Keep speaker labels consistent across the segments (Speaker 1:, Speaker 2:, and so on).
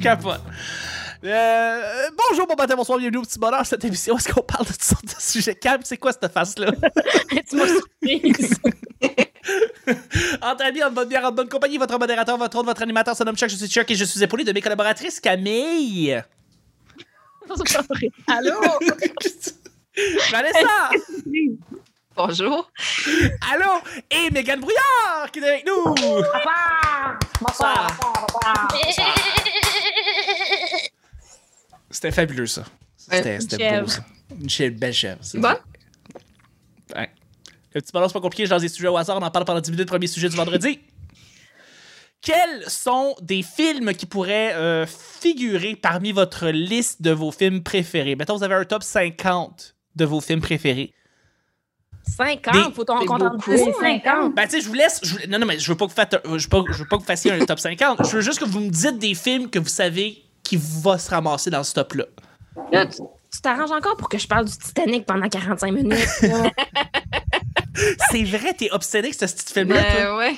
Speaker 1: capote. Euh, bonjour, bon matin, bonsoir, bienvenue au petit bonheur. Cette émission, est-ce qu'on parle de toutes sortes de sujets calmes? C'est quoi cette face-là?
Speaker 2: tu m'as surprise.
Speaker 1: Entre amis, en bonne bière, en bonne compagnie, votre modérateur, votre hôte, votre animateur, son nom Chuck, je suis Chuck et je suis épaulé de mes collaboratrices Camille.
Speaker 2: C'est pas vrai.
Speaker 3: Allô?
Speaker 1: Vanessa!
Speaker 3: Bonjour.
Speaker 1: Allô? Et Mégane Brouillard qui est avec nous!
Speaker 3: Bonsoir.
Speaker 1: C'était fabuleux, ça. C'était
Speaker 3: Ouais.
Speaker 1: c'était
Speaker 2: Chèvre.
Speaker 1: beau, ça. Une chèvre, belle chèvre. c'est
Speaker 3: Bon?
Speaker 1: vrai. Ouais. Le petit balance, c'est pas compliqué. Je lance des sujets au hasard. On en parle pendant 10 minutes. Premier sujet du vendredi. Quels sont des films qui pourraient euh, figurer parmi votre liste de vos films préférés? Mettons, vous avez un top 50 de vos films préférés.
Speaker 2: 50, faut t'en
Speaker 3: C'est
Speaker 2: compter
Speaker 3: beaucoup.
Speaker 2: entre 10 et 50.
Speaker 1: Ben, tu sais, je vous laisse. je vous- Non, non, mais je veux pas que vous faites un- je veux pas, je veux pas que vous fassiez un top 50. Je veux juste que vous me dites des films que vous savez qui va se ramasser dans ce top-là.
Speaker 3: Là, tu-
Speaker 2: Tu t'arranges encore pour que je parle du Titanic pendant 45 minutes. là.
Speaker 1: C'est vrai, t'es obsédé avec ce petit film-là. toi.
Speaker 3: Ben ouais.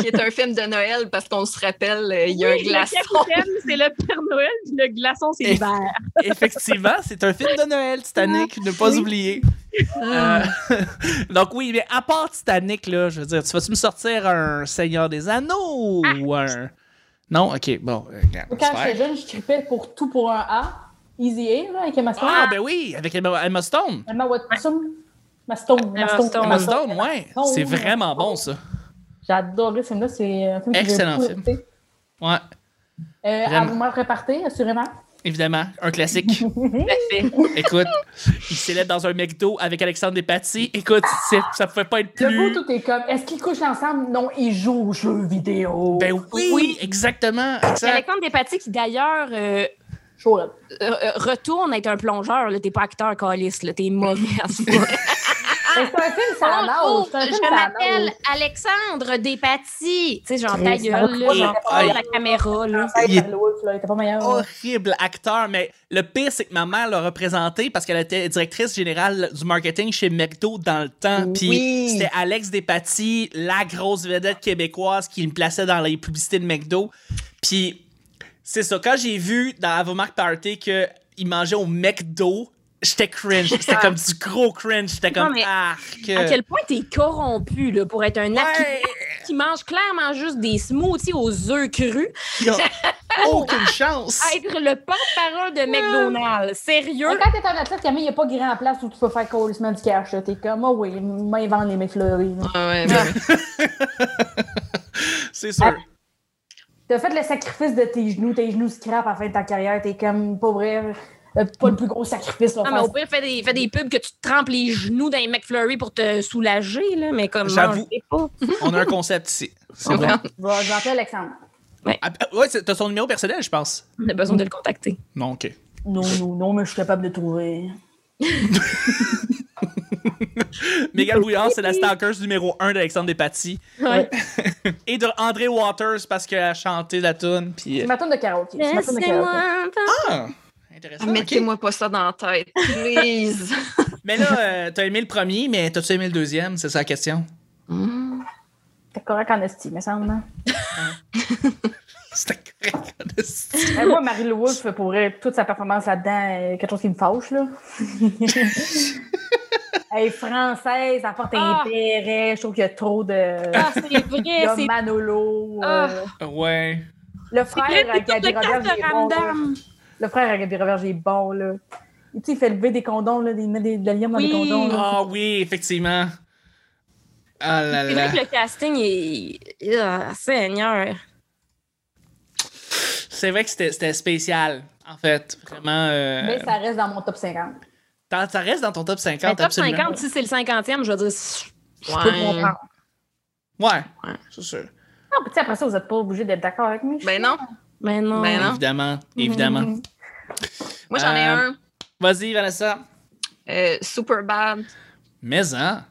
Speaker 3: Qui est un film de Noël parce qu'on se rappelle, euh, il y a un
Speaker 2: Oui,
Speaker 3: glaçon.
Speaker 2: Le capitaine, c'est le Père Noël, puis le glaçon, c'est l'hiver.
Speaker 1: Effectivement, c'est un film de Noël, Titanic, ne pas oublier. Euh, donc oui, mais à part Titanic, là, je veux dire, tu vas-tu me sortir un Seigneur des Anneaux ou un... Non? OK, bon, euh, regarde,
Speaker 4: Ah. Quand
Speaker 1: super.
Speaker 4: j'étais jeune, je tripais pour tout pour un A. Easy A, là, avec Emma Stone.
Speaker 1: Ah, ben oui, avec Emma, Emma Stone.
Speaker 4: Emma Watson. Ma Stone. Ma
Speaker 2: Emma
Speaker 4: Stone.
Speaker 2: Stone.
Speaker 1: Emma Stone, ouais.
Speaker 4: Stone.
Speaker 1: C'est vraiment bon, ça.
Speaker 4: J'ai adoré ce film-là. C'est un film que j'ai
Speaker 1: Excellent
Speaker 4: beaucoup
Speaker 1: film.
Speaker 4: écouté.
Speaker 1: Ouais,
Speaker 4: Euh,
Speaker 1: J'aime.
Speaker 4: à vous m'en préparez, assurément.
Speaker 1: évidemment, un classique. Écoute, il célèbre dans un McDo avec Alexandre Despatie. Écoute, c'est- ça pouvait pas être
Speaker 4: Le
Speaker 1: plus...
Speaker 4: bout, tout est comme est-ce qu'ils couchent ensemble Non, ils jouent aux jeux vidéo.
Speaker 1: Ben oui,
Speaker 2: Oui.
Speaker 1: exactement,
Speaker 2: C'est
Speaker 1: exact.
Speaker 2: Alexandre Despatie qui, d'ailleurs, euh,
Speaker 4: Chaud, là.
Speaker 2: euh, euh, retourne être un plongeur. là. T'es pas acteur, Calis. T'es mauvais à ce point.
Speaker 4: Mais Ben, C'est un film, ça en
Speaker 2: Bonjour,
Speaker 4: nage. C'est un
Speaker 2: Ah. Oh, je
Speaker 4: film, ça en
Speaker 2: m'appelle
Speaker 4: nage.
Speaker 2: Alexandre Despatie. Tu sais, genre,
Speaker 4: Oui,
Speaker 2: ta
Speaker 4: ça
Speaker 2: gueule,
Speaker 4: va,
Speaker 2: là,
Speaker 1: ça va.
Speaker 2: genre, la caméra, là.
Speaker 3: Euh,
Speaker 1: Il est-
Speaker 4: Charles Wolf, là, il était pas meilleur.
Speaker 2: Oh,
Speaker 1: Oh. horrible acteur, mais le pire, c'est que ma mère l'a représenté parce qu'elle était directrice générale du marketing chez McDo dans le temps. Puis
Speaker 3: Oui.
Speaker 1: c'était Alex Despatie, la grosse vedette québécoise qui me plaçait dans les publicités de McDo. Puis c'est ça, quand j'ai vu dans Avomark Party qu'il mangeait au McDo, j'étais cringe. C'était comme du gros cringe. J'étais
Speaker 2: Non,
Speaker 1: comme ah,
Speaker 2: mais
Speaker 1: arc.
Speaker 2: À quel point t'es corrompu là, pour être un acteur
Speaker 1: Ouais.
Speaker 2: qui mange clairement juste des smoothies aux œufs crus,
Speaker 1: Il y a aucune chance.
Speaker 2: être le porte-parole de McDonald's.
Speaker 4: Mais
Speaker 2: Sérieux?
Speaker 4: quand t'es un athlète, Camille, il n'y a pas grand place où tu peux faire colisement du cash. là. T'es comme, oh oui, main vendre les McFlurry. là.
Speaker 3: Ah ouais, ben ouais.
Speaker 1: C'est sûr.
Speaker 4: T'as fait le sacrifice de tes genoux, tes genoux scrap à la fin de ta carrière, t'es comme pas vrai, euh, pas le plus gros sacrifice. là,
Speaker 2: Non, mais au
Speaker 4: faire-
Speaker 2: pire, fais des, fais des pubs que tu te trempes les genoux dans les McFlurry pour te soulager, là, mais comme.
Speaker 1: J'avoue.
Speaker 2: mange les pas.
Speaker 1: On a un concept ici. C'est
Speaker 3: Ouais.
Speaker 1: bon.
Speaker 4: Je vais- je vais appeler Alexandre.
Speaker 1: Ah, ah, Ouais, c'est- t'as son numéro personnel, je pense.
Speaker 2: On a besoin de le contacter.
Speaker 1: Non, ok.
Speaker 4: Non, non, non, mais je suis capable de trouver.
Speaker 1: Mégane Brouillard, c'est la stalker numéro 1 d'Alexandre Despatie.
Speaker 2: Ouais.
Speaker 1: Et de André Waters parce qu'elle a chanté la tune. Puis... euh,
Speaker 4: C'est ma tourne de karaoké. C'est ma tourne de karaoké.
Speaker 2: Laissez-moi
Speaker 1: Ah! Intéressant. ok.
Speaker 3: Mettez-moi pas ça dans la tête, please.
Speaker 1: Mais là, euh, t'as aimé le premier, mais t'as-tu aimé le deuxième? C'est ça la question.
Speaker 4: T'es correct en esti, me semble. hein?
Speaker 1: C'était correct. honnêtement.
Speaker 4: Mais moi, Marie Louise, je fais pour vrai, toute sa performance là-dedans, euh, quelque chose qui me fâche, là. Elle est française, elle porte
Speaker 2: Ah.
Speaker 4: intérêt, je trouve qu'il y a trop de.
Speaker 2: Ah, c'est
Speaker 4: Il y
Speaker 2: vrai,
Speaker 4: a
Speaker 2: c'est.
Speaker 4: Manolo.
Speaker 2: Ah.
Speaker 4: euh,
Speaker 1: ouais.
Speaker 4: le
Speaker 2: C'est
Speaker 4: frère
Speaker 2: vrai,
Speaker 4: à
Speaker 2: c'est toute
Speaker 4: Gabi
Speaker 2: la
Speaker 4: Robert,
Speaker 2: carte
Speaker 4: il
Speaker 2: de
Speaker 4: est bon, là.
Speaker 2: Ramdam.
Speaker 4: Le frère à Gabi Robert, il est bon, là. Tu sais, il fait lever des condoms, là, il met des- de l'hélium dans
Speaker 2: Oui.
Speaker 4: des condoms. là.
Speaker 1: Ah oui, effectivement. Ah là
Speaker 2: C'est vrai
Speaker 1: là.
Speaker 2: que le casting est. Ah, Seigneur.
Speaker 1: C'est vrai que c'était c'était spécial, en fait. Vraiment. euh,
Speaker 4: Mais ça reste dans mon top 50.
Speaker 1: t'en- Ça reste dans ton top 50,
Speaker 2: Mais top
Speaker 1: absolument.
Speaker 2: 50, si c'est le 50e, je veux dire, c'est-
Speaker 4: Je peux
Speaker 3: Ouais.
Speaker 4: comprendre.
Speaker 1: Ouais,
Speaker 3: Ouais.
Speaker 1: c'est sûr.
Speaker 4: Non, puis tu sais, après ça, vous n'êtes pas obligé d'être d'accord avec moi.
Speaker 3: Ben non.
Speaker 2: mais non.
Speaker 3: Ben non.
Speaker 1: Évidemment, évidemment.
Speaker 4: Mm-hmm.
Speaker 3: Moi, j'en ai
Speaker 1: Euh,
Speaker 3: un.
Speaker 1: Vas-y, Vanessa.
Speaker 3: Euh, Superbad.
Speaker 1: Mais hein.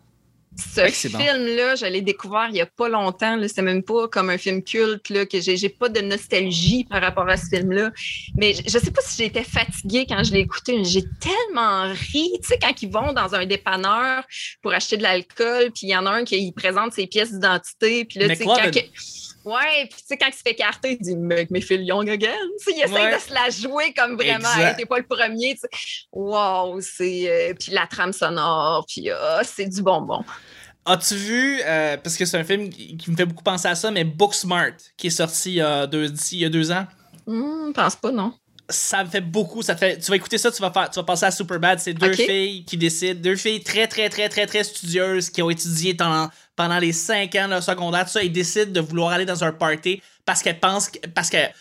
Speaker 3: Ce
Speaker 1: Ouais, c'est bon.
Speaker 3: film-là, je l'ai découvert il n'y a pas longtemps. là. C'est même pas comme un film culte, là, que j'ai j'ai pas de nostalgie par rapport à ce film-là. Mais je, je sais pas si j'étais fatiguée quand je l'ai écouté, mais j'ai tellement ri. Tu sais, quand ils vont dans un dépanneur pour acheter de l'alcool, puis il y en a un qui il présente ses pièces d'identité, puis là, tu sais,
Speaker 1: McLovin.
Speaker 3: quand que- Ouais, puis tu sais, quand il se fait carter, il dit Make me feel young again. Tu sais, il essaie
Speaker 1: Ouais.
Speaker 3: de se la jouer comme vraiment,
Speaker 1: Exact.
Speaker 3: hey, t'es pas le premier. tu sais. Wow, c'est. euh, puis la trame sonore, puis ah, c'est du bonbon.
Speaker 1: As-tu vu, euh, parce que c'est un film qui qui me fait beaucoup penser à ça, mais Booksmart, qui est sorti il y a deux, d'ici il y a deux ans,
Speaker 3: Hum, pense pas, non.
Speaker 1: ça me fait beaucoup. Ça te fait, tu vas écouter ça, tu vas, faire, tu vas penser à Superbad. C'est deux
Speaker 3: Ok.
Speaker 1: filles qui décident, deux filles très, très, très, très, très studieuses qui ont étudié pendant, pendant les cinq ans de leur secondaire, tout ça, et décident de vouloir aller dans un party parce qu'elles pensent, que- parce qu'elles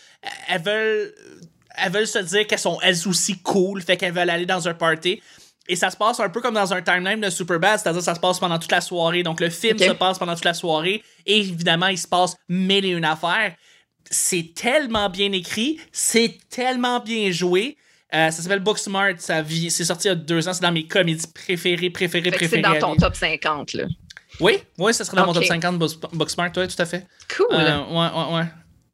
Speaker 1: elles veulent, elles veulent se dire qu'elles sont elles aussi cool, fait qu'elles veulent aller dans un party. Et ça se passe un peu comme dans un timeline de Superbad, c'est-à-dire ça se passe pendant toute la soirée. Donc le film
Speaker 3: Ok.
Speaker 1: se passe pendant toute la soirée et évidemment il se passe mille et une affaires c'est tellement bien écrit, c'est tellement bien joué. Euh, ça s'appelle Booksmart, ça vit- c'est sorti il y a deux ans, c'est dans mes comédies préférées, préférées,
Speaker 3: Fait que c'est
Speaker 1: préférées.
Speaker 3: dans
Speaker 1: à
Speaker 3: ton
Speaker 1: lire.
Speaker 3: top 50, là.
Speaker 1: Oui, oui, ça serait dans mon
Speaker 3: Ok.
Speaker 1: top 50 Book- Booksmart, oui, tout à fait.
Speaker 3: Cool.
Speaker 1: Euh, ouais, ouais, ouais.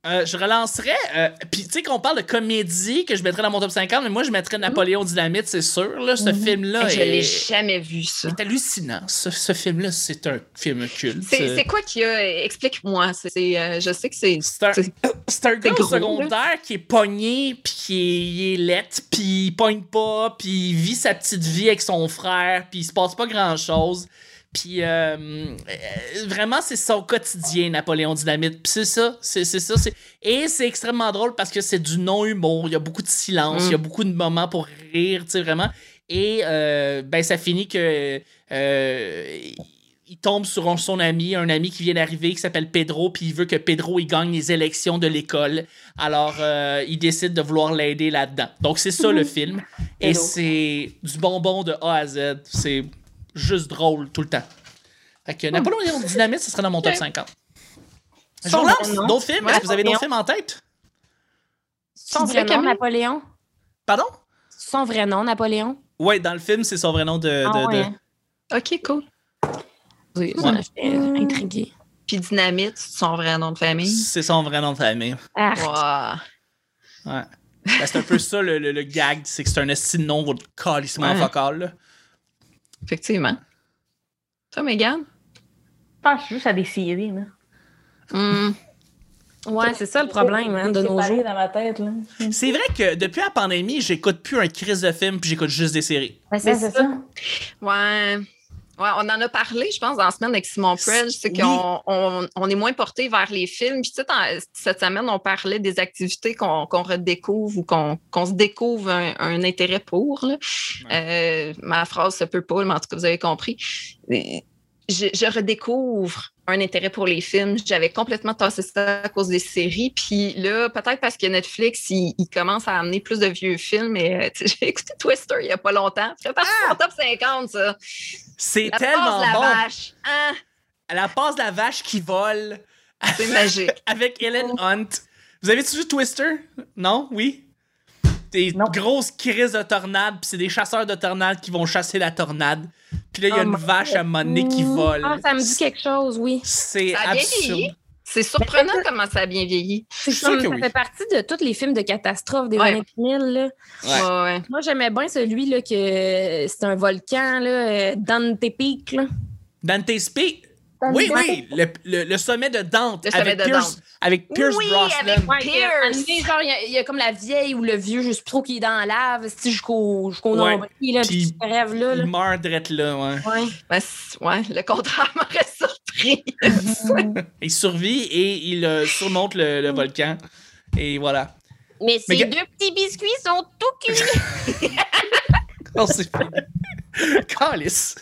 Speaker 1: Euh, je relancerais, euh, puis tu sais qu'on parle de comédie que je mettrais dans mon top 50, mais moi je mettrais Napoléon Dynamite, c'est sûr. Là, ce film-là
Speaker 3: Mhm. je
Speaker 1: est,
Speaker 3: l'ai jamais vu, ça.
Speaker 1: est hallucinant. Ce, ce film-là, c'est un film culte.
Speaker 3: C'est c'est quoi qu'il y a Explique-moi. C'est- c'est, euh, je sais que c'est.
Speaker 1: C'est un,
Speaker 3: C'est-
Speaker 1: c'est un gars au
Speaker 3: gros, là.
Speaker 1: secondaire qui est pogné, puis qui est, il est lettre, puis il pogne pas, puis il vit sa petite vie avec son frère, puis il se passe pas grand-chose. Puis euh, euh, vraiment, c'est son quotidien, Napoléon Dynamite. Puis c'est ça, c'est c'est ça. c'est- Et c'est extrêmement drôle parce que c'est du non-humour, il y a beaucoup de silence, il
Speaker 3: Mm.
Speaker 1: y a beaucoup de moments pour rire, tu sais, vraiment. Et euh, ben, ça finit que... euh, il tombe sur un- son ami, un ami qui vient d'arriver qui s'appelle Pedro, puis il veut que Pedro il gagne les élections de l'école. Alors, euh, il décide de vouloir l'aider là-dedans. Donc, c'est ça le film. Et
Speaker 4: Hello.
Speaker 1: c'est du bonbon de A à Z. C'est juste drôle tout le temps. Fait que Napoléon Dynamite, ce serait dans mon top
Speaker 3: Ouais.
Speaker 1: 50. Je
Speaker 3: Son
Speaker 1: vous lance
Speaker 3: nom.
Speaker 1: d'autres films. Est-ce que vous avez d'autres films en tête?
Speaker 2: Son
Speaker 3: Tu
Speaker 2: vrai
Speaker 3: dirais
Speaker 2: nom,
Speaker 3: Camille?
Speaker 2: Napoléon?
Speaker 1: Pardon?
Speaker 2: Son vrai nom, Napoléon?
Speaker 1: Ouais, dans le film, c'est son vrai nom de. de-
Speaker 2: Ah
Speaker 1: de-
Speaker 2: ouais.
Speaker 3: OK, cool.
Speaker 2: Oui,
Speaker 1: Ouais.
Speaker 2: ça m'a fait euh, intriguer.
Speaker 3: Puis Dynamite, c'est son vrai nom de famille.
Speaker 1: C'est son vrai nom de famille.
Speaker 2: Ah,
Speaker 3: Wow.
Speaker 1: Ouais. Ben, c'est un peu ça le, le- le gag, c'est que c'est un esti de nom, votre calissement
Speaker 3: Ouais.
Speaker 1: focal. là.
Speaker 3: Effectivement. Toi, Megan?
Speaker 4: Je pense juste à des séries. Là.
Speaker 3: Hum.
Speaker 2: ouais, c'est ça le problème hein, de nos
Speaker 4: Séparé
Speaker 2: jours. Ben,
Speaker 4: dans ma tête. Là.
Speaker 1: C'est vrai que depuis la pandémie, j'écoute plus un crise de film puis j'écoute juste des séries.
Speaker 2: Ben,
Speaker 4: Ouais,
Speaker 2: c'est ça.
Speaker 3: Ouais. Ouais, on en a parlé, je pense, dans la semaine avec Simon Predge, c'est
Speaker 1: Oui.
Speaker 3: qu'on on, on est moins porté vers les films. Puis, tu sais, dans- cette semaine, on parlait des activités qu'on qu'on redécouvre ou qu'on qu'on se découvre un, un intérêt pour. là. Euh, ma phrase se peut pas, mais en tout cas, vous avez compris. Mais Je, je redécouvre un intérêt pour les films. J'avais complètement tassé ça à cause des séries. Puis là, peut-être parce que Netflix, il, il commence à amener plus de vieux films. Et euh, tu sais, j'ai écouté Twister il n'y a pas longtemps. Ça fait partie de mon top 50, ça.
Speaker 1: Ah! C'est
Speaker 3: La
Speaker 1: tellement
Speaker 3: passe de la
Speaker 1: bon.
Speaker 3: vache. Hein?
Speaker 1: La passe de la vache qui vole
Speaker 3: C'est magique.
Speaker 1: avec Helen
Speaker 3: Oh.
Speaker 1: Hunt. Vous avez-tu vu Twister? Non? Oui? Des
Speaker 4: Non.
Speaker 1: grosses crises de tornades, puis c'est des chasseurs de tornades qui vont chasser la tornade. Puis là, il y a
Speaker 2: Oh
Speaker 1: une
Speaker 2: my
Speaker 1: vache à un moment donné qui vole.
Speaker 2: Ah, ça me dit quelque chose, oui.
Speaker 1: C'est
Speaker 3: Ça a bien
Speaker 1: absurde.
Speaker 3: vieilli. C'est surprenant comment ça a bien vieilli.
Speaker 2: C'est
Speaker 1: sûr
Speaker 2: comme-
Speaker 1: que
Speaker 2: ça
Speaker 1: oui.
Speaker 2: fait partie de tous les films de catastrophe des
Speaker 3: Ouais.
Speaker 2: années 2000. Là.
Speaker 1: Ouais.
Speaker 3: Ouais, ouais.
Speaker 2: Moi, j'aimais bien celui là, que euh, c'est un volcan, là, euh, Dante Peak. Là.
Speaker 1: Dante Speak.
Speaker 4: Dante
Speaker 1: Oui,
Speaker 4: Speak.
Speaker 1: oui, le, le- le sommet de Dante.
Speaker 3: Le sommet
Speaker 1: avec
Speaker 3: de
Speaker 1: Pierce,
Speaker 3: Dante.
Speaker 1: Avec Pierce
Speaker 3: Oui,
Speaker 1: Brosnan.
Speaker 3: avec-
Speaker 2: Ouais, que,
Speaker 3: Pierce.
Speaker 2: à un moment donné, genre, il y a- il y, a comme la vieille ou le vieux juste pro qui est dans la lave, c'est-tu, jusqu'au jusqu'au
Speaker 1: Ouais.
Speaker 2: nombril, là,
Speaker 1: Puis-
Speaker 2: puis ce rêve-là. là.
Speaker 1: Il meurt drette là, ouais.
Speaker 2: Ouais.
Speaker 3: Ben, c'est- ouais, le contraire m'aurait surpris.
Speaker 1: Il survit et il euh, surmonte le, le volcan. Et voilà.
Speaker 2: Mais
Speaker 1: Mais
Speaker 2: ces
Speaker 1: ga-
Speaker 2: deux petits biscuits sont tout cuits.
Speaker 1: Oh, c'est fini. Calice.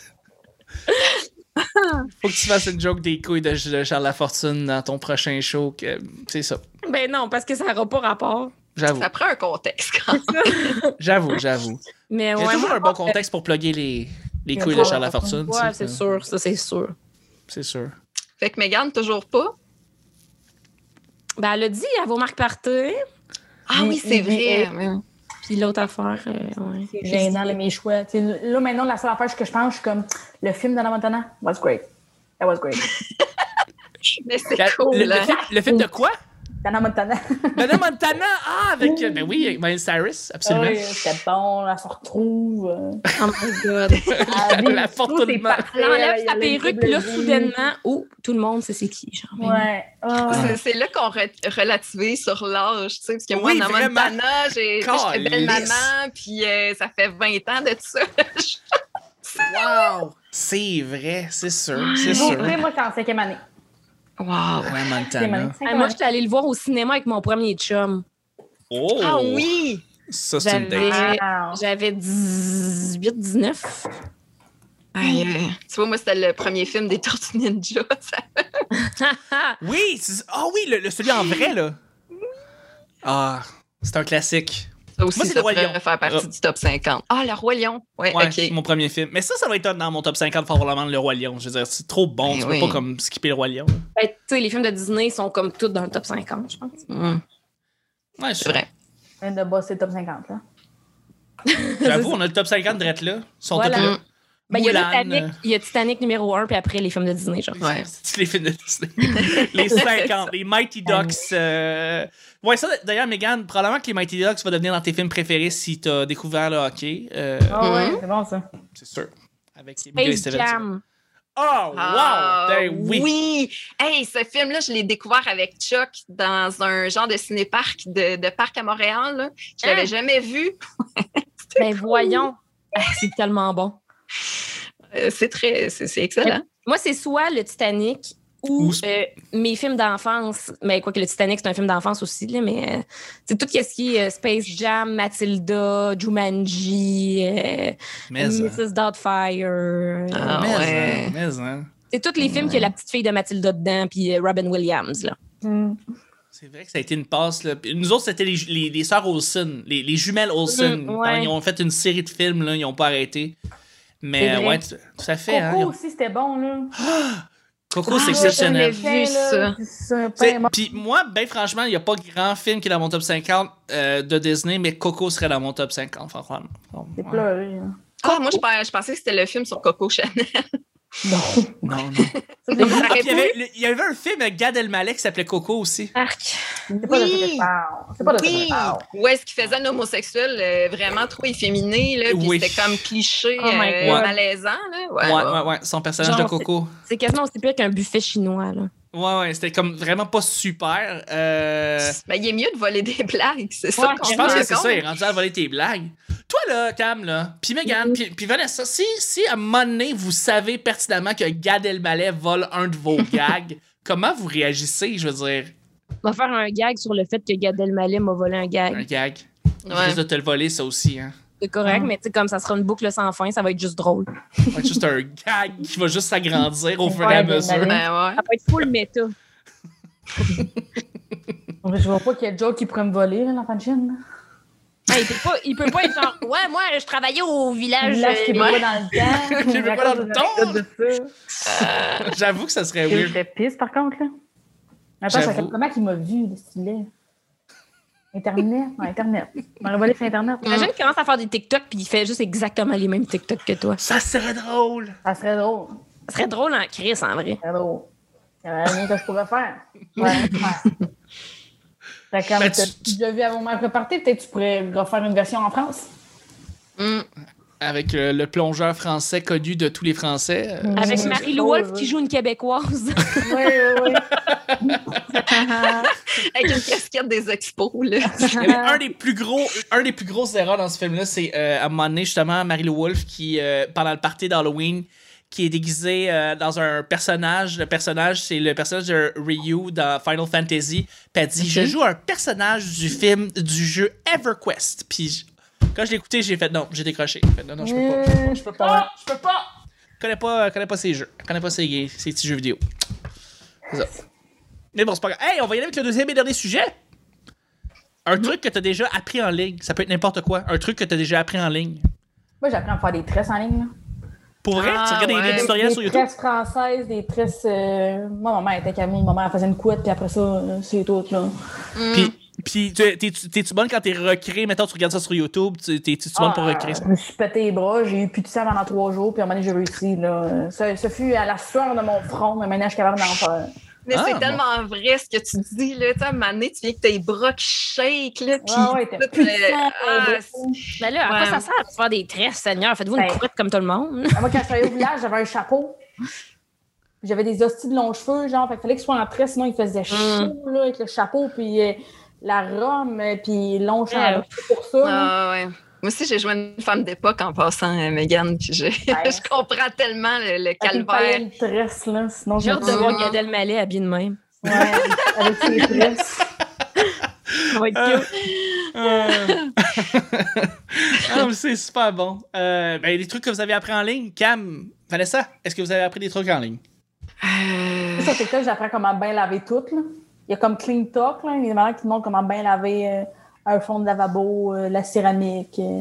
Speaker 1: Faut que tu fasses une joke des couilles de, de Charles Lafortune dans ton prochain show. que- C'est ça.
Speaker 2: ben non, parce que ça n'aura pas rapport.
Speaker 1: J'avoue.
Speaker 3: Ça prend un contexte quand
Speaker 1: J'avoue, j'avoue.
Speaker 2: Mais
Speaker 1: J'ai
Speaker 2: ouais,
Speaker 1: toujours
Speaker 2: moi,
Speaker 1: un bon contexte pour plugger les, les couilles de Charles Lafortune.
Speaker 2: ouais,
Speaker 1: tu sais,
Speaker 2: c'est
Speaker 1: ça.
Speaker 2: sûr, ça c'est sûr.
Speaker 1: C'est sûr.
Speaker 3: Fait que Mégane, toujours pas.
Speaker 2: Ben elle a dit à vos marques partez.
Speaker 3: Ah
Speaker 4: Mm,
Speaker 3: oui, c'est
Speaker 4: mm,
Speaker 3: vrai.
Speaker 2: Puis l'autre affaire, euh, ouais.
Speaker 4: C'est gênant, là, mes choix. Tu sais, là, maintenant, la seule affaire que je pense, je suis comme le film d'Anna Montana was great. That was great.
Speaker 3: Mais c'est
Speaker 1: La-
Speaker 3: cool.
Speaker 1: le, le
Speaker 3: hein.
Speaker 1: film, le film de quoi?
Speaker 4: Tana Montana.
Speaker 1: Madame Montana, ah, avec. euh, Ben oui, Miley Cyrus, absolument.
Speaker 4: Oui, c'était bon, elle se retrouve. euh,
Speaker 2: Oh my God.
Speaker 4: elle
Speaker 1: La
Speaker 4: vit tout,
Speaker 1: fortune
Speaker 4: c'est
Speaker 1: de-
Speaker 4: parfait,
Speaker 2: Elle enlève
Speaker 4: elle
Speaker 2: sa
Speaker 4: a une
Speaker 2: perruque,
Speaker 4: double
Speaker 2: puis là,
Speaker 4: vie.
Speaker 2: soudainement, oh, tout le monde sait c'est qui. Genre, mais-
Speaker 4: Ouais. Ah, ouais.
Speaker 3: C'est- C'est là qu'on re- relativise sur l'âge, tu sais, parce que moi,
Speaker 1: Oui,
Speaker 3: dans
Speaker 1: vraiment.
Speaker 3: Montana, j'ai tu sais, j'étais belle
Speaker 1: Calisse.
Speaker 3: maman, puis euh, ça fait 20 ans de tout ça.
Speaker 1: Wow! C'est vrai, c'est sûr, c'est
Speaker 4: J'ai
Speaker 1: sûr.
Speaker 4: trouvé, moi, j'étais en cinquième année.
Speaker 3: Wow!
Speaker 1: Ouais,
Speaker 4: Cinquième année,
Speaker 1: Montana.
Speaker 2: Ah,
Speaker 4: cinquième
Speaker 2: moi,
Speaker 4: année.
Speaker 2: j'étais allée le voir au cinéma avec mon premier chum.
Speaker 1: Oh!
Speaker 3: Ah oui!
Speaker 1: Ça, c'est une
Speaker 2: J'avais-
Speaker 1: date.
Speaker 4: Wow.
Speaker 2: J'avais 18, 19.
Speaker 3: Aïe, euh, tu vois, moi, c'était le premier film des Tortues Ninja. ça.
Speaker 1: Oui! c'est- Ah oui, le, le- celui en vrai, là. Ah, c'est un classique.
Speaker 3: Ça aussi,
Speaker 1: Moi, c'est
Speaker 3: ça
Speaker 1: le Roi
Speaker 3: pourrait
Speaker 1: Lion.
Speaker 3: faire partie
Speaker 1: Ah.
Speaker 3: du top 50. Ah, le Roi Lion! Ouais,
Speaker 1: Ouais, c'est
Speaker 3: OK.
Speaker 1: mon premier film. Mais ça, ça va être dans mon top 50, probablement, Le Roi Lion. Je veux dire, c'est trop bon.
Speaker 3: Ben
Speaker 1: tu
Speaker 3: oui.
Speaker 1: peux pas comme skipper Le Roi Lion.
Speaker 2: Ben, tu sais, les films de Disney sont comme tous dans le top 50, je pense.
Speaker 3: Mm,
Speaker 1: Ouais, je-
Speaker 3: c'est vrai.
Speaker 4: Elle vient de bosser top 50, là.
Speaker 1: j'avoue, on a le top 50 direct là. Ils sont
Speaker 2: Voilà.
Speaker 1: tous là.
Speaker 3: Mm,
Speaker 2: Ben, il y a
Speaker 1: Mulan,
Speaker 2: Titanic, il y a Titanic numéro 1, puis après les films de Disney, genre.
Speaker 3: Ouais.
Speaker 1: C'est les films de Disney. les 50, les Mighty
Speaker 3: Ah
Speaker 1: Ducks. euh, Ouais, ça, d'ailleurs, Megan, probablement que les Mighty Ducks va devenir dans tes films préférés si t'as découvert le hockey. euh,
Speaker 4: Ah ouais, c'est bon, ça.
Speaker 1: C'est sûr. Avec Emilio
Speaker 2: Space
Speaker 1: Estevez.
Speaker 2: Jam.
Speaker 1: Oh,
Speaker 3: Ah,
Speaker 1: wow! Ben oui!
Speaker 3: oui! Hey, ce film-là, je l'ai découvert avec Chuck dans un genre de ciné-parc de, de parc à Montréal. là. Je
Speaker 1: Ah.
Speaker 3: l'avais
Speaker 2: Hein?
Speaker 3: jamais vu.
Speaker 2: Ben, voyons. Ah, c'est tellement bon.
Speaker 3: Euh, c'est très, c'est c'est excellent.
Speaker 2: Moi, c'est soit le Titanic ou
Speaker 1: Ou Sp-
Speaker 2: euh, mes films d'enfance. Mais quoi que le Titanic, c'est un film d'enfance aussi, là, mais euh, c'est tout ce qui est euh, Space Jam, Matilda, Jumanji, euh,
Speaker 1: Mais, hein.
Speaker 2: Mrs. Doubtfire. euh,
Speaker 3: Ah.
Speaker 1: Mais,
Speaker 3: ouais.
Speaker 1: hein. Mais, hein.
Speaker 2: C'est tous les films que la petite fille de Matilda dedans, puis euh, Robin Williams. Là.
Speaker 4: Mm.
Speaker 1: C'est vrai que ça a été une passe. Là. Puis Nous autres, c'était les, les, les sœurs Olsen, les, les jumelles Olsen.
Speaker 2: Mm, ouais.
Speaker 1: Ils ont fait une série de films, là, ils n'ont pas arrêté.
Speaker 2: C'est
Speaker 1: Mais
Speaker 2: vrai.
Speaker 1: ouais, tout tout à fait. hein, ils
Speaker 4: Coco
Speaker 1: ont-
Speaker 4: aussi, c'était bon, là.
Speaker 1: Coco, c'est
Speaker 3: Ah,
Speaker 1: exceptionnel.
Speaker 3: j'avais vu ça.
Speaker 4: ça.
Speaker 1: Tu sais, Puis moi, ben franchement, il n'y a pas grand film qui est dans mon top 50 euh, de Disney, mais Coco serait dans mon top 50, franchement.
Speaker 4: J'ai
Speaker 1: Ouais.
Speaker 4: pleuré. hein.
Speaker 3: Ah, moi, je, pens- je pensais que c'était le film sur Coco Chanel.
Speaker 4: Non.
Speaker 1: Non, non.
Speaker 4: C'était
Speaker 3: Ça
Speaker 1: Ah, puis
Speaker 3: aurait
Speaker 1: il y, avait,
Speaker 3: pu.
Speaker 1: le- il y avait un film avec Gad Elmaleh qui s'appelait Coco aussi.
Speaker 4: c'est pas de
Speaker 3: Oui.
Speaker 4: Télé Power. C'est pas de Télé
Speaker 3: Oui!
Speaker 4: Power.
Speaker 3: Où est-ce qu'il faisait un homosexuel euh, vraiment trop efféminé, là, puis
Speaker 1: Oui.
Speaker 3: c'était comme cliché,
Speaker 2: Oh my
Speaker 3: euh,
Speaker 1: God.
Speaker 3: malaisant, là. Ouais,
Speaker 1: Ouais,
Speaker 3: ouais.
Speaker 1: ouais, ouais, son personnage
Speaker 2: Genre,
Speaker 1: de Coco.
Speaker 2: C'est quasiment aussi pire qu'un buffet chinois. Là.
Speaker 1: Ouais, ouais, c'était comme vraiment pas super. Euh...
Speaker 3: Ben, il est mieux de voler des blagues, c'est
Speaker 2: Ouais,
Speaker 3: ça qu'on
Speaker 1: Je pense
Speaker 3: se
Speaker 1: que
Speaker 3: rend
Speaker 1: c'est
Speaker 3: compte.
Speaker 1: ça, hein. il est rendu à voler tes blagues. Toi, là, Cam, là, puis Megan, puis- puis Vanessa, si, si à un moment donné, vous savez pertinemment que Gad Elmaleh vole un de vos gags, comment vous réagissez, je veux dire,
Speaker 2: On va faire un gag sur le fait que Gad Elmaleh m'a volé un gag.
Speaker 1: un gag?
Speaker 3: Ouais.
Speaker 1: Juste de te le voler, ça aussi, hein.
Speaker 2: C'est correct,
Speaker 4: Ah.
Speaker 2: mais tu sais, comme ça sera une boucle sans fin, ça va être juste drôle.
Speaker 1: Ça va être juste un gag qui va juste s'agrandir au fur et
Speaker 4: Ouais,
Speaker 1: à
Speaker 4: Gad
Speaker 1: mesure.
Speaker 4: Elmaleh.
Speaker 3: Ben ouais.
Speaker 2: Ça va être full méta.
Speaker 4: Je vois pas qu'il y a Joe qui pourrait me voler, là, l'enfant de Chine. là.
Speaker 2: Ouais, Ben, il, peut pas, il peut pas être genre, ouais, moi, je travaillais au village.
Speaker 4: Là, je
Speaker 2: euh,
Speaker 4: ne pas dans le temps.
Speaker 1: Qui veut pas dans le temps.
Speaker 4: temps.
Speaker 1: J'avoue que ça serait
Speaker 4: Et
Speaker 1: weird.
Speaker 4: je pisse, par contre. Là. Attends, ça
Speaker 1: J'avoue.
Speaker 4: fait comment qu'il m'a vu, le stylet? Internet? Ouais, Internet. On m'a volé sur Internet.
Speaker 2: Imagine qu'il commence à faire des TikTok puis il fait juste exactement les mêmes TikTok que toi.
Speaker 1: Ça serait drôle!
Speaker 4: Ça serait drôle.
Speaker 2: Ça serait drôle en crise, en vrai.
Speaker 4: Ça serait drôle. Il y avait rien que je pourrais faire. Ouais, faire. T'as quand
Speaker 1: Ben,
Speaker 4: même
Speaker 1: tu-
Speaker 4: déjà vu avant ma préparée, peut-être tu pourrais refaire une version en France.
Speaker 3: Mm.
Speaker 1: Avec euh, le plongeur français connu de tous les Français. euh,
Speaker 4: Mm.
Speaker 2: Avec
Speaker 4: Ouais,
Speaker 2: Marie-Lou
Speaker 4: drôle,
Speaker 2: Wolfe
Speaker 4: ouais.
Speaker 2: qui joue une Québécoise.
Speaker 4: Oui, oui, oui.
Speaker 3: Avec une casquette des expos, là.
Speaker 1: Il y avait Eh ben, un des plus gros, un des plus grosses erreurs dans ce film-là, c'est euh, à un moment donné, justement, Marie-Lou Wolfe qui, euh, pendant le party d'Halloween, qui est déguisée euh, dans un personnage. Le personnage, c'est le personnage de Ryu dans Final Fantasy. Puis elle dit Je joue un personnage du film, du jeu EverQuest. Puis je- quand je l'ai écouté, j'ai fait Non, j'ai décroché. J'ai fait, non, non, je peux pas.
Speaker 4: Euh,
Speaker 1: Je peux pas. Je peux pas. Je connais pas, je connais pas ces jeux. Je connais pas ces, ces petits jeux vidéo. C'est ça. Mais bon, c'est pas grave. Hey, on va y aller avec le deuxième et dernier sujet.
Speaker 3: Mhm.
Speaker 1: Un truc que t'as déjà appris en ligne. Ça peut être n'importe quoi. Un truc que t'as déjà appris en ligne.
Speaker 4: Moi, j'apprends à faire des tresses en ligne. là.
Speaker 1: Pour vrai,
Speaker 3: Ah,
Speaker 1: tu regardes
Speaker 3: ouais.
Speaker 1: des tutoriels
Speaker 4: des
Speaker 1: sur YouTube.
Speaker 4: tresses françaises, des tresses. euh, Moi, ma mère était camille, ma mère faisait une couette, puis après ça, euh, c'est tout. Là.
Speaker 3: Mhm.
Speaker 1: Puis, puis tu- t'es-tu t'es-tu bonne quand t'es recréé? Mettons, tu regardes ça sur YouTube. tu- T'es-tu bonne pour
Speaker 4: Ah,
Speaker 1: recréer ça?
Speaker 4: Je me suis pété les bras, j'ai eu plus de sang pendant Euh, trois jours, puis à un moment donné, j'ai réussi. Là. Ça, ça fut à la sueur de mon front, mais maintenant, je suis capable d'en faire.
Speaker 3: Mais
Speaker 1: Ah,
Speaker 3: c'est
Speaker 1: mon-
Speaker 3: tellement vrai ce que tu dis, là. Tu sais, à un moment donné, tu viens que tes bras qui shake, là. Puis
Speaker 4: Ah ouais, t'es
Speaker 3: tout,
Speaker 4: putain,
Speaker 3: euh, ah,
Speaker 4: euh,
Speaker 2: Mais Ben là, à
Speaker 3: Ouais.
Speaker 2: quoi ça sert de se faire des tresses, Seigneur? Faites-vous une
Speaker 4: Ben.
Speaker 2: courette comme tout le monde.
Speaker 4: Moi, quand je suis allée au village, j'avais un chapeau. J'avais des hosties de longs cheveux, genre, fait qu'il fallait que je sois en tresse, sinon il faisait chaud, là, avec le chapeau, puis euh, la rhum, euh, puis long cheveux pour ça. là.
Speaker 3: Ah ouais. Moi aussi, j'ai joué une femme d'époque en passant euh, Megan, puis je,
Speaker 4: Ouais.
Speaker 3: je comprends tellement le, le
Speaker 4: Fait qu'il me fallait
Speaker 3: calvaire.
Speaker 4: une tresse, là, sinon
Speaker 2: J'ai
Speaker 4: je
Speaker 2: hâte de voir
Speaker 3: Mhm.
Speaker 2: Gad Elmaleh habillé de même.
Speaker 4: Ouais, avec ses tresses.
Speaker 2: Ça va être
Speaker 1: Euh,
Speaker 2: cute.
Speaker 1: euh. Ah, mais c'est super bon. Euh, ben, les trucs que vous avez appris en ligne, Cam, Vanessa, est-ce que vous avez appris des trucs en ligne?
Speaker 3: Euh,
Speaker 4: Sur TikTok, j'apprends comment bien laver tout, là. Il y a comme Clean Talk, là, il y a des malades qui te montrent comment bien laver euh, un fond de lavabo, euh, la céramique. euh,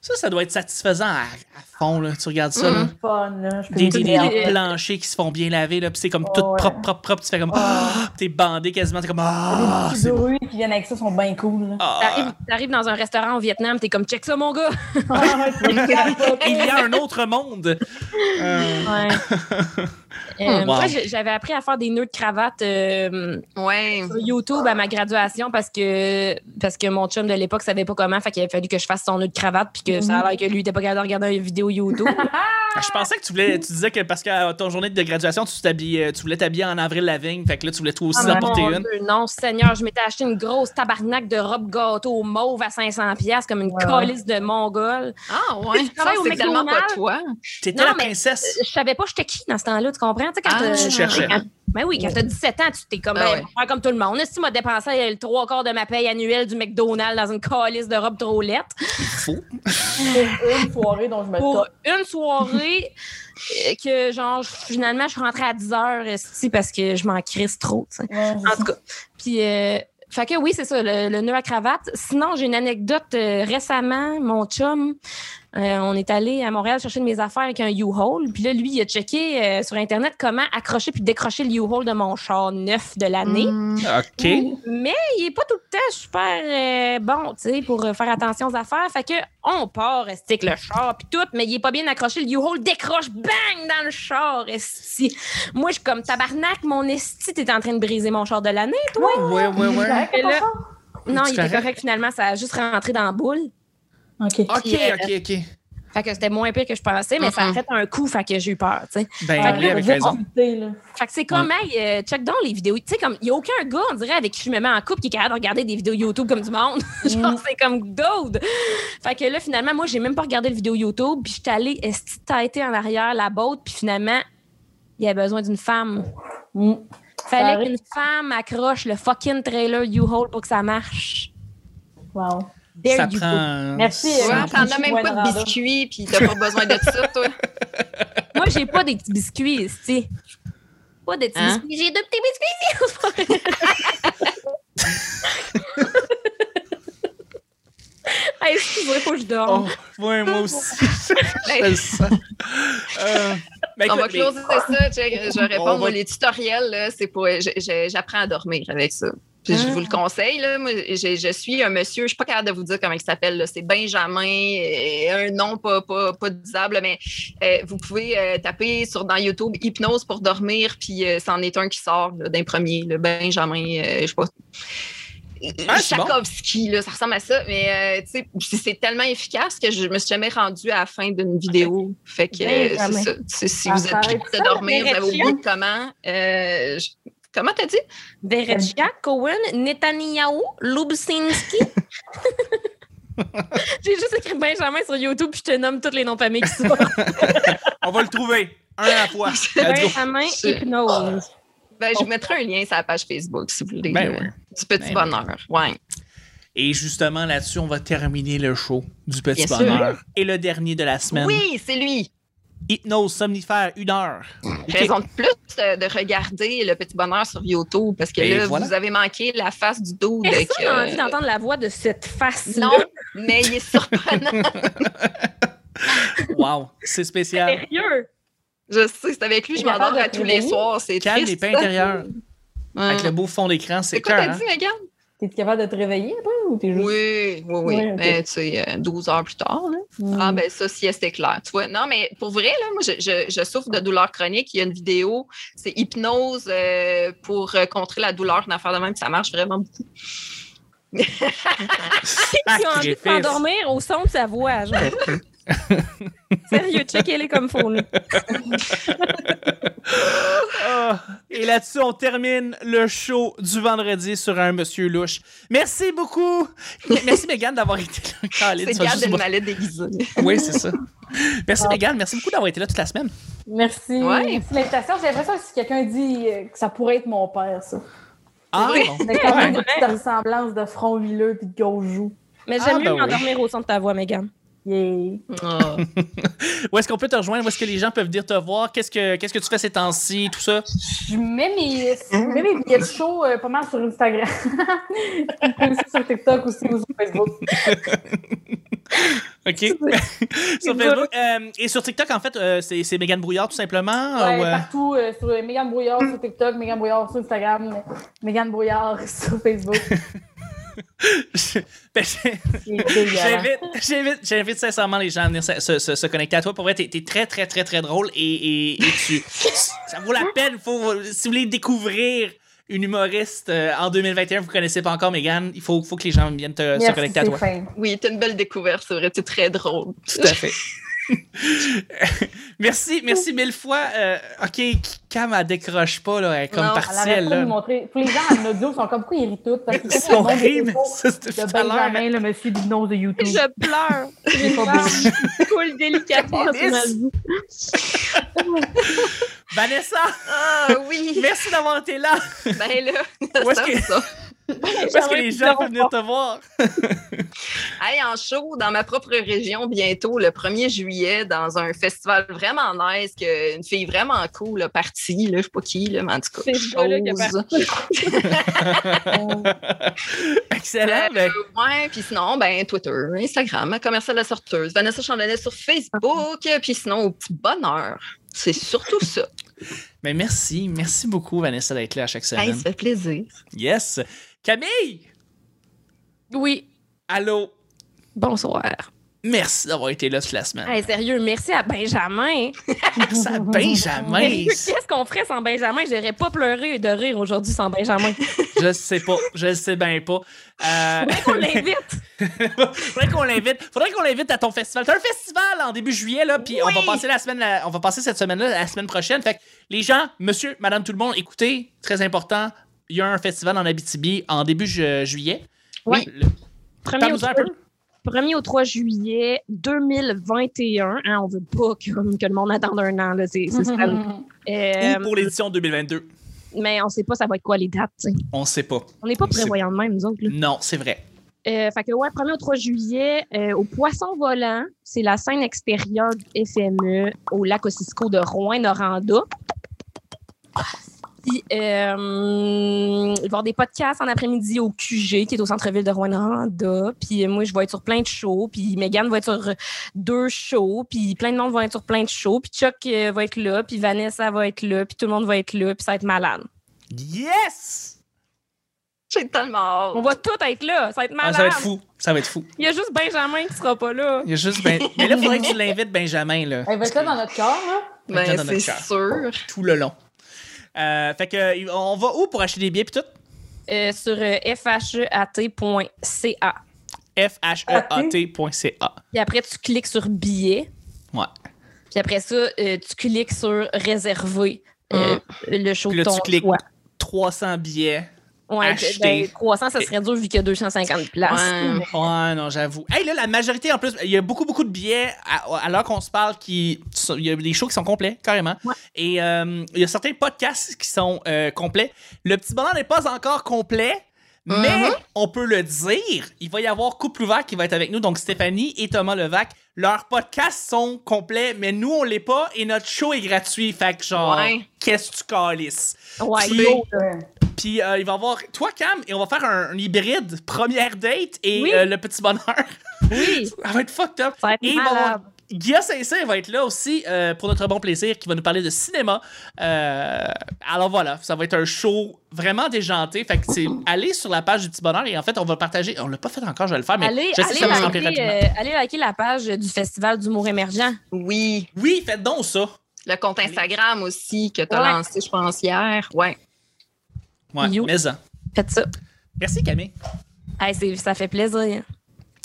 Speaker 1: Ça, ça doit être satisfaisant à, à fond, là. Tu regardes
Speaker 2: Mm.
Speaker 1: ça, là.
Speaker 4: fun, là. Je peux
Speaker 1: Des,
Speaker 4: vous
Speaker 1: des-
Speaker 4: dire.
Speaker 1: des planchers qui se font bien laver, là, puis c'est comme
Speaker 4: Oh,
Speaker 1: tout
Speaker 4: ouais.
Speaker 1: propre, propre, propre. Tu fais
Speaker 2: Oh.
Speaker 1: comme. Ah! Puis t'es bandé quasiment, t'es comme. Ah!
Speaker 4: Les
Speaker 1: c'est
Speaker 4: petits
Speaker 1: bon.
Speaker 4: bruits qui viennent avec ça sont bien cool, là.
Speaker 1: Ah!
Speaker 2: T'arrives- T'arrives dans un restaurant au Vietnam, t'es comme check ça, mon gars.
Speaker 1: Il y a un autre monde! Euh,
Speaker 2: Ouais. Euh,
Speaker 1: Wow.
Speaker 2: Moi, j'ai- j'avais appris à faire des nœuds de cravate euh,
Speaker 3: ouais.
Speaker 2: sur YouTube à ma graduation parce que parce que mon chum de l'époque savait pas comment, fait qu'il a fallu que je fasse son nœud de cravate puis que ça a l'air que lui était pas capable de regarder une vidéo YouTube.
Speaker 1: je pensais que tu voulais. Tu disais que parce qu'à ton journée de graduation, tu, t'habillais- tu voulais t'habiller en avril la vigne. Fait que là, tu voulais toi aussi
Speaker 2: Ah,
Speaker 1: en porter
Speaker 2: mon
Speaker 1: une.
Speaker 2: Dieu, non, Seigneur, je m'étais acheté une grosse tabarnak de robe gâteau mauve à 500 pièces comme une
Speaker 4: Ouais,
Speaker 2: calice de mongole.
Speaker 3: Ah ouais.
Speaker 2: Tu
Speaker 3: Ça,
Speaker 2: travailles au
Speaker 3: c'est tellement pas
Speaker 2: McDonald's?
Speaker 3: toi.
Speaker 1: T'étais
Speaker 2: Non,
Speaker 1: la
Speaker 2: mais-
Speaker 1: princesse.
Speaker 2: Je savais pas j'étais qui dans ce temps-là, tu comprends? Tu sais, quand
Speaker 3: Ah,
Speaker 2: t'as-
Speaker 3: tu
Speaker 1: cherchais.
Speaker 2: quand- Ben oui, quand t'as 17 ans, tu t'es comme,
Speaker 3: Ben
Speaker 2: ben,
Speaker 3: ouais.
Speaker 2: je vais faire comme tout le monde. Si tu m'as dépensé euh, le trois quarts de ma paye annuelle du McDonald's dans une calice de robe trop laite,
Speaker 1: Faux.
Speaker 4: C'est une soirée dont je me
Speaker 2: pour
Speaker 4: tape.
Speaker 2: une soirée euh, que, genre, je- finalement, je suis rentrée à 10 heures euh, ici parce que je m'en crisse trop. tu sais.
Speaker 4: Ouais.
Speaker 2: En tout cas. Puis, euh, fait que oui, c'est ça, le, le nœud à cravate. Sinon, j'ai une anecdote. euh, récemment, mon chum, euh, on est allé à Montréal chercher de mes affaires avec un U-Haul. Puis là, lui, il a checké euh, sur Internet comment accrocher puis décrocher le U-Haul de mon char neuf de l'année.
Speaker 1: OK.
Speaker 2: Mais il est pas tout le temps super euh, bon, tu sais, pour euh, faire attention aux affaires. Fait que on part, esti, avec le char puis tout, mais il est pas bien accroché. Le U-Haul décroche, bang, dans le char, esti. Moi, je suis comme tabarnak, mon esti, t'es en train de briser mon char de l'année.
Speaker 1: Ouais, Ah, ouais,
Speaker 4: C'est
Speaker 1: ouais.
Speaker 4: correct,
Speaker 2: Là-
Speaker 4: ça?
Speaker 2: Non,
Speaker 1: Tu
Speaker 2: il était
Speaker 1: correct?
Speaker 2: correct finalement, ça a juste rentré dans la boule.
Speaker 4: OK.
Speaker 1: OK,
Speaker 2: Yeah.
Speaker 1: OK, OK.
Speaker 2: Fait que c'était moins pire que je pensais, mais ça a
Speaker 3: Mhm.
Speaker 2: fait un coup, fait que j'ai eu peur, tu sais.
Speaker 1: Ben,
Speaker 2: Fait que
Speaker 1: Emily, avec raison.
Speaker 2: Fait que c'est comme, hey, euh, check down les vidéos. Tu sais, comme, il n'y a aucun gars, on dirait, avec qui je me mets en couple qui est capable de regarder des vidéos YouTube comme du monde. Genre, c'est comme dude. Fait que là, finalement, moi, j'ai même pas regardé le vidéo YouTube, puis j'étais allée esti têter en arrière la botte, puis finalement, il y a besoin d'une femme.
Speaker 4: Mm. Ça
Speaker 2: Fallait
Speaker 4: arrive.
Speaker 2: qu'une femme accroche le fucking trailer U-Haul pour que ça marche.
Speaker 4: Wow.
Speaker 2: oh, There
Speaker 1: Ça
Speaker 2: you go.
Speaker 1: prend.
Speaker 4: Merci,
Speaker 3: Tu
Speaker 4: euh,
Speaker 3: vois,
Speaker 4: Ouais,
Speaker 3: t'en
Speaker 4: je
Speaker 3: as même
Speaker 4: vois
Speaker 3: pas
Speaker 4: Narada.
Speaker 3: de biscuits, puis t'as pas besoin de ça, toi.
Speaker 2: Moi, j'ai pas des petits biscuits, tu Pas de petits
Speaker 3: Hein?
Speaker 2: biscuits. J'ai deux petits biscuits. hey, excuse-moi, faut que je dorme.
Speaker 1: Oh, ouais, moi aussi. je le sens. Euh, ben,
Speaker 3: On va
Speaker 1: écoute, mais-
Speaker 3: closer ça. tu sais, Je
Speaker 1: On
Speaker 3: réponds. Moi,
Speaker 1: va-
Speaker 3: les tutoriels, là, c'est pour. j'ai- j'ai- J'apprends à dormir avec ça. Puis je
Speaker 2: Ah.
Speaker 3: vous le conseille. Là, moi, j'ai- je suis un monsieur, je ne suis pas capable de vous dire comment il s'appelle. là, C'est Benjamin, euh, un nom pas, pas, pas disable, mais euh, vous pouvez euh, taper sur dans YouTube hypnose pour dormir, puis euh, c'en est un qui sort là, d'un premier, le Benjamin, euh, je sais pas.
Speaker 1: Ah, c'est bon.
Speaker 3: Tchaikovsky, là, ça ressemble à ça, mais euh, tu sais, puis c'est tellement efficace que je me suis jamais rendue à la fin d'une vidéo. Fait que euh, c'est
Speaker 2: Benjamin.
Speaker 3: ça. Tu sais, si
Speaker 4: Ah,
Speaker 3: vous êtes
Speaker 4: ça
Speaker 3: capable
Speaker 4: arrête
Speaker 3: de
Speaker 4: ça,
Speaker 3: dormir, vous
Speaker 2: la
Speaker 3: avez oublié comment. euh, je- Comment t'as dit?
Speaker 2: Verechia, Cohen, Netanyahu, Lubsinski. J'ai juste écrit Benjamin sur YouTube, puis je te nomme tous les noms de famille qui sont.
Speaker 1: On va le trouver. Un à la fois. Let's go.
Speaker 2: Benjamin,
Speaker 3: C'est-
Speaker 2: hypnose.
Speaker 3: Ben, je vous mettrai un lien sur la page Facebook si vous voulez.
Speaker 1: Ben
Speaker 3: euh,
Speaker 1: ouais.
Speaker 3: Du petit
Speaker 1: Ben
Speaker 3: bonheur. Ouais.
Speaker 1: Et justement, là-dessus, on va terminer le show du Petit
Speaker 3: Bien sûr.
Speaker 1: Bonheur. Et le dernier de la semaine.
Speaker 3: Oui, c'est lui.
Speaker 1: Hypnose somnifère, une heure. Ok.
Speaker 3: Raison de plus euh, de regarder le petit bonheur sur YouTube parce que
Speaker 1: Et
Speaker 3: là,
Speaker 1: voilà.
Speaker 3: vous avez manqué la face du dos. de
Speaker 2: Personne
Speaker 3: que-
Speaker 2: n'a envie d'entendre la voix de cette face-là.
Speaker 3: Non, mais il est surprenant.
Speaker 1: Wow, c'est spécial.
Speaker 2: Sérieux?
Speaker 3: je sais, c'est avec lui, je
Speaker 4: T'es capable
Speaker 3: m'endors à
Speaker 4: de
Speaker 3: tous les
Speaker 4: trouver?
Speaker 3: soirs. C'est
Speaker 1: Calme
Speaker 3: triste.
Speaker 1: les pas intérieurs.
Speaker 3: Ouais.
Speaker 1: Avec le beau fond d'écran, c'est hein?
Speaker 3: C'est quoi
Speaker 1: clair.
Speaker 3: t'as dit, Megan?
Speaker 4: T'es-tu capable de te réveiller après ou t'es juste.
Speaker 3: Oui, oui, oui.
Speaker 4: Ouais, ok.
Speaker 3: Ben, tu sais, euh, 12 heures plus tard. là.
Speaker 4: Hmm.
Speaker 3: Ah, ben ça, sieste éclair. Tu vois, non, mais pour vrai, là, moi, je, je- je souffre de douleur chronique. Il y a une vidéo, c'est hypnose euh, pour euh, contrer la douleur, une affaire de même, puis ça marche vraiment beaucoup. Ah,
Speaker 2: Qui a envie de
Speaker 1: Sacrifice.
Speaker 2: s'endormir au son de sa voix. genre. Sérieux, checkez-les comme faut. là.
Speaker 1: Ah. Et là-dessus, on termine le show du vendredi sur un monsieur louche. Merci beaucoup. Merci, Mégane, d'avoir été là. Caroline,
Speaker 3: C'est
Speaker 1: tu vas
Speaker 3: garde
Speaker 1: juste
Speaker 3: une
Speaker 1: boire.
Speaker 3: mallette déguisée.
Speaker 1: Oui, c'est ça.
Speaker 3: Ah.
Speaker 1: Merci, Mégane. Merci beaucoup d'avoir été là toute la semaine.
Speaker 4: Merci.
Speaker 3: Ouais.
Speaker 4: Merci de l'invitation. J'ai l'impression que si quelqu'un dit euh, que ça pourrait être mon père, ça.
Speaker 1: Ah,
Speaker 3: Oui.
Speaker 1: bon.
Speaker 4: Mais quand même
Speaker 2: Ouais.
Speaker 4: des petites ressemblances de front huileux puis de gauche joue.
Speaker 2: Mais
Speaker 1: Ah,
Speaker 2: j'aime mieux
Speaker 1: ben oui.
Speaker 2: m'endormir au son de ta voix, Megan.
Speaker 4: Yeah.
Speaker 3: Ah.
Speaker 1: Où est-ce qu'on peut te rejoindre? Où est-ce que les gens peuvent venir te voir? Qu'est-ce que, qu'est-ce que tu fais ces temps-ci? Tout ça?
Speaker 4: Je mets mes, je mets mes billets de show euh, pas mal sur Instagram. aussi sur TikTok aussi ou sur Facebook.
Speaker 1: OK. sur Facebook. euh, et sur TikTok, en fait, euh, c'est, c'est Mégane Brouillard, tout simplement.
Speaker 4: Ouais,
Speaker 1: ou, euh,
Speaker 4: Partout, euh, sur euh, Mégane Brouillard sur TikTok, Mégane Brouillard sur Instagram, euh, Mégane Brouillard sur Facebook.
Speaker 1: Ben, j'ai-
Speaker 4: C'est hein. dégueulasse.
Speaker 1: J'invite, j'invite, j'invite sincèrement les gens à venir se, se- se- se connecter à toi. Pour vrai, t'es, t'es très, très, très, très drôle et, et- et tu, ça vaut la peine. Faut, si vous voulez découvrir une humoriste euh, en 2021, vous connaissez pas encore Megan, il faut, faut que les gens viennent te, Euh, se
Speaker 4: Merci,
Speaker 1: connecter à toi.
Speaker 4: Stéphane.
Speaker 3: Oui, c'est une belle découverte, c'est vrai, c'est très drôle.
Speaker 1: Tout à fait. merci, merci mille fois. Euh, OK, Cam, elle décroche pas, là, elle est comme
Speaker 3: Non, elle
Speaker 4: Elle arrête
Speaker 1: partielle.
Speaker 4: pas de
Speaker 1: là.
Speaker 4: nous montrer. Tous les gens en audio sont comme quoi ils rient tous. Parce que
Speaker 1: C'est horrible. Ça, c'était
Speaker 4: De
Speaker 1: tout à l'heure.
Speaker 4: Benjamin, le monsieur d'hypnose de YouTube.
Speaker 2: Je pleure. J'ai une
Speaker 4: Faut
Speaker 2: larme qui coule délicatement sur ma joue.
Speaker 1: Vanessa,
Speaker 3: Ah oui,
Speaker 1: merci d'avoir été là.
Speaker 3: ben là,
Speaker 1: Où est-ce
Speaker 3: ça,
Speaker 1: que-
Speaker 3: ça.
Speaker 1: Parce que les gens peuvent venir te voir.
Speaker 3: Hey, en show dans ma propre région bientôt, le 1er juillet, dans un festival vraiment nice, que une fille vraiment cool a parti, là, je sais pas qui, là, mais en tout cas,
Speaker 2: C'est ce gars-là qui a
Speaker 3: chose.
Speaker 1: Excellent. ben,
Speaker 3: Euh, ouais, puis sinon, ben, Twitter, Instagram, Commercial La Sorteuse, Vanessa Chandonnet sur Facebook, puis sinon, au petit bonheur. C'est surtout ça.
Speaker 1: Mais ben, merci, merci beaucoup Vanessa d'être là à chaque
Speaker 3: Hey,
Speaker 1: semaine.
Speaker 3: ça fait plaisir.
Speaker 1: yes. Camille,
Speaker 2: Oui,
Speaker 1: allô.
Speaker 2: bonsoir.
Speaker 1: Merci d'avoir été là toute la semaine.
Speaker 2: Hey, sérieux, merci à Benjamin.
Speaker 1: Merci à Benjamin.
Speaker 2: Sérieux, Qu'est-ce qu'on ferait sans Benjamin? J'aurais pas pleuré de rire aujourd'hui sans Benjamin.
Speaker 1: je le sais pas, je le sais bien pas. Euh,
Speaker 2: On l'invite.
Speaker 1: faudrait qu'on l'invite. Faudrait qu'on l'invite à ton festival. T'as un festival en début juillet là, puis on va passer la semaine, la- on va passer cette semaine là, la semaine prochaine. Fait que les gens, Monsieur, Madame, tout le monde, écoutez, très important. Il y a un festival en Abitibi en début ju- juillet.
Speaker 3: Oui.
Speaker 1: Le-
Speaker 2: Premier au,
Speaker 1: Parle-nous un peu.
Speaker 2: 1er au 3 juillet 2021. Hein, on veut pas que, que le monde attende un an. Là, c'est, c'est ça. Euh,
Speaker 1: Ou pour l'édition 2022.
Speaker 2: mais on sait pas ça va être quoi les dates. tu sais.
Speaker 1: On sait pas.
Speaker 2: On n'est pas
Speaker 1: C'est-
Speaker 2: prévoyants de même, nous autres. là.
Speaker 1: Non, c'est vrai.
Speaker 2: Euh, fait que, ouais, 1er au 3 juillet, euh, au Poisson Volant, c'est la scène extérieure du FME au lac Ossisco de Rouen-Noranda. Puis, euh, il va y avoir des podcasts en après-midi au QG, qui est au centre-ville de Rouen-Noranda. Puis, euh, moi, je vais être sur plein de shows. Puis, Megan va être sur euh, deux shows. Puis, plein de monde va être sur plein de shows. Puis, Chuck euh, va être là. Puis, Vanessa va être là. Puis, tout le monde va être là. Puis, ça va être malade.
Speaker 1: Yes!
Speaker 3: J'ai tellement hâte.
Speaker 2: On va tout être là. Ça va être
Speaker 1: Ah,
Speaker 2: malade.
Speaker 1: ça va être fou. Ça va être fou.
Speaker 2: Il y a juste Benjamin qui sera pas là.
Speaker 1: Il y a juste Ben- Mais là, il faudrait que tu l'invites, Benjamin, là.
Speaker 4: Elle va être là dans notre corps, là.
Speaker 1: va être
Speaker 3: Ben,
Speaker 1: dans notre
Speaker 3: c'est
Speaker 1: cœur.
Speaker 3: sûr.
Speaker 1: Tout le long. Euh, fait que, euh, on va où pour acheter des billets, pis tout?
Speaker 2: euh, sur euh, fheat.ca.
Speaker 1: E F-H-E-A-T.ca.
Speaker 2: Puis après, tu cliques sur billets.
Speaker 1: Ouais.
Speaker 2: Puis après ça, euh, tu cliques sur réserver euh, le show
Speaker 1: Mm. Puis là,
Speaker 2: de ton
Speaker 1: tu cliques
Speaker 2: choix.
Speaker 1: 300 billets.
Speaker 2: Ouais,
Speaker 1: acheter.
Speaker 2: ben, 300, ça serait dur vu qu'il y a 250 places.
Speaker 3: Ouais.
Speaker 1: Ouais, non, j'avoue. Hey, là, la majorité, en plus, il y a beaucoup, beaucoup de billets à, à l'heure qu'on se parle qui. sont- Il y a des shows qui sont complets, carrément. Et euh, il y a certains podcasts qui sont euh, complets. Le petit bonheur n'est pas encore complet. Mais on peut le dire, il va y avoir Couple Ouvert qui va être avec nous, donc Stéphanie et Thomas Levac. Leurs podcasts sont complets, mais nous, on l'est pas et notre show est gratuit. Fait que genre,
Speaker 3: Ouais.
Speaker 1: qu'est-ce que tu calisses?
Speaker 2: Ouais,
Speaker 1: Puis-
Speaker 2: go.
Speaker 4: Euh,
Speaker 1: Puis euh, il va y avoir toi, Cam, et on va faire un, un hybride, première date et
Speaker 2: Oui.
Speaker 1: euh, le petit bonheur.
Speaker 2: oui.
Speaker 1: Ça va être fucked up.
Speaker 2: Ça va être
Speaker 1: Et il va y avoir-
Speaker 2: malade.
Speaker 1: il Guilla Saint-Cyr va être là aussi euh, pour notre bon plaisir, qui va nous parler de cinéma. Euh, alors voilà, ça va être un show vraiment déjanté. Fait que c'est
Speaker 2: Mm-hmm.
Speaker 1: aller sur la page du petit bonheur et en fait, on va partager. On l'a pas fait encore, je vais le faire, mais
Speaker 2: allez,
Speaker 1: je sais ça va se
Speaker 2: allez,
Speaker 1: remplir
Speaker 2: liker,
Speaker 1: rapidement.
Speaker 2: euh, allez liker la page du Festival d'humour émergent.
Speaker 3: Oui.
Speaker 2: euh.
Speaker 1: Oui, faites donc ça.
Speaker 3: Le compte Instagram aussi que tu as
Speaker 2: Ouais.
Speaker 3: lancé, je pense, hier. Ouais.
Speaker 1: Ouais,
Speaker 2: You.
Speaker 1: mais en.
Speaker 2: Faites ça.
Speaker 1: Merci Camille.
Speaker 2: Hey, c'est- ça fait plaisir.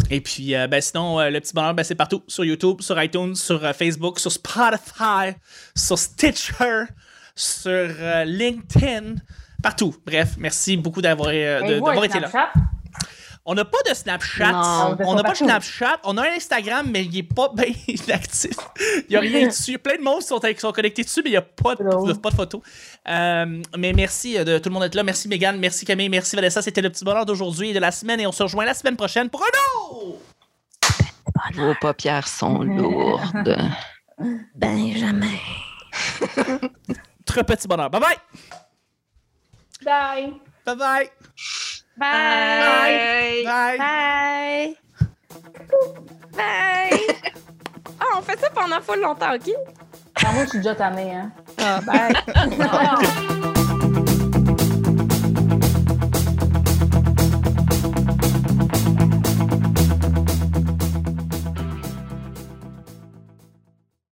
Speaker 1: Et puis, euh, ben, sinon, euh, le petit bonheur, ben, c'est partout sur YouTube, sur iTunes, sur euh, Facebook, sur Spotify, sur Stitcher, sur euh, LinkedIn, partout. Bref, merci beaucoup d'avoir euh, de-
Speaker 4: Ben, vous,
Speaker 1: d'avoir
Speaker 4: un
Speaker 1: été là.
Speaker 4: Snapchat.
Speaker 1: On n'a pas de Snapchat.
Speaker 3: Non,
Speaker 4: vous êtes
Speaker 1: on n'a pas
Speaker 4: pas
Speaker 1: de
Speaker 4: partout.
Speaker 1: Snapchat. On a un Instagram, mais il n'est pas bien actif. Il n'y a rien dessus. Il y a plein de monde qui sont, qui sont connectés dessus, mais il n'y a pas de,
Speaker 4: C'est drôle.
Speaker 1: pas de photos. Euh, mais merci euh, de tout le monde d'être là. Merci Megan, merci Camille, merci Vanessa. C'était le petit bonheur d'aujourd'hui et de la semaine. Et on se rejoint la semaine prochaine pour un autre!
Speaker 3: Vos paupières sont lourdes.
Speaker 2: Benjamin.
Speaker 1: Très petit bonheur. Bye bye!
Speaker 4: Bye.
Speaker 1: Bye bye!
Speaker 3: Bye.
Speaker 1: Bye!
Speaker 2: Bye. Bye. ah, on fait ça pendant full longtemps, OK?
Speaker 4: Ah, moi, je suis déjà tannée, hein.
Speaker 2: Ah, bye.
Speaker 4: Ah.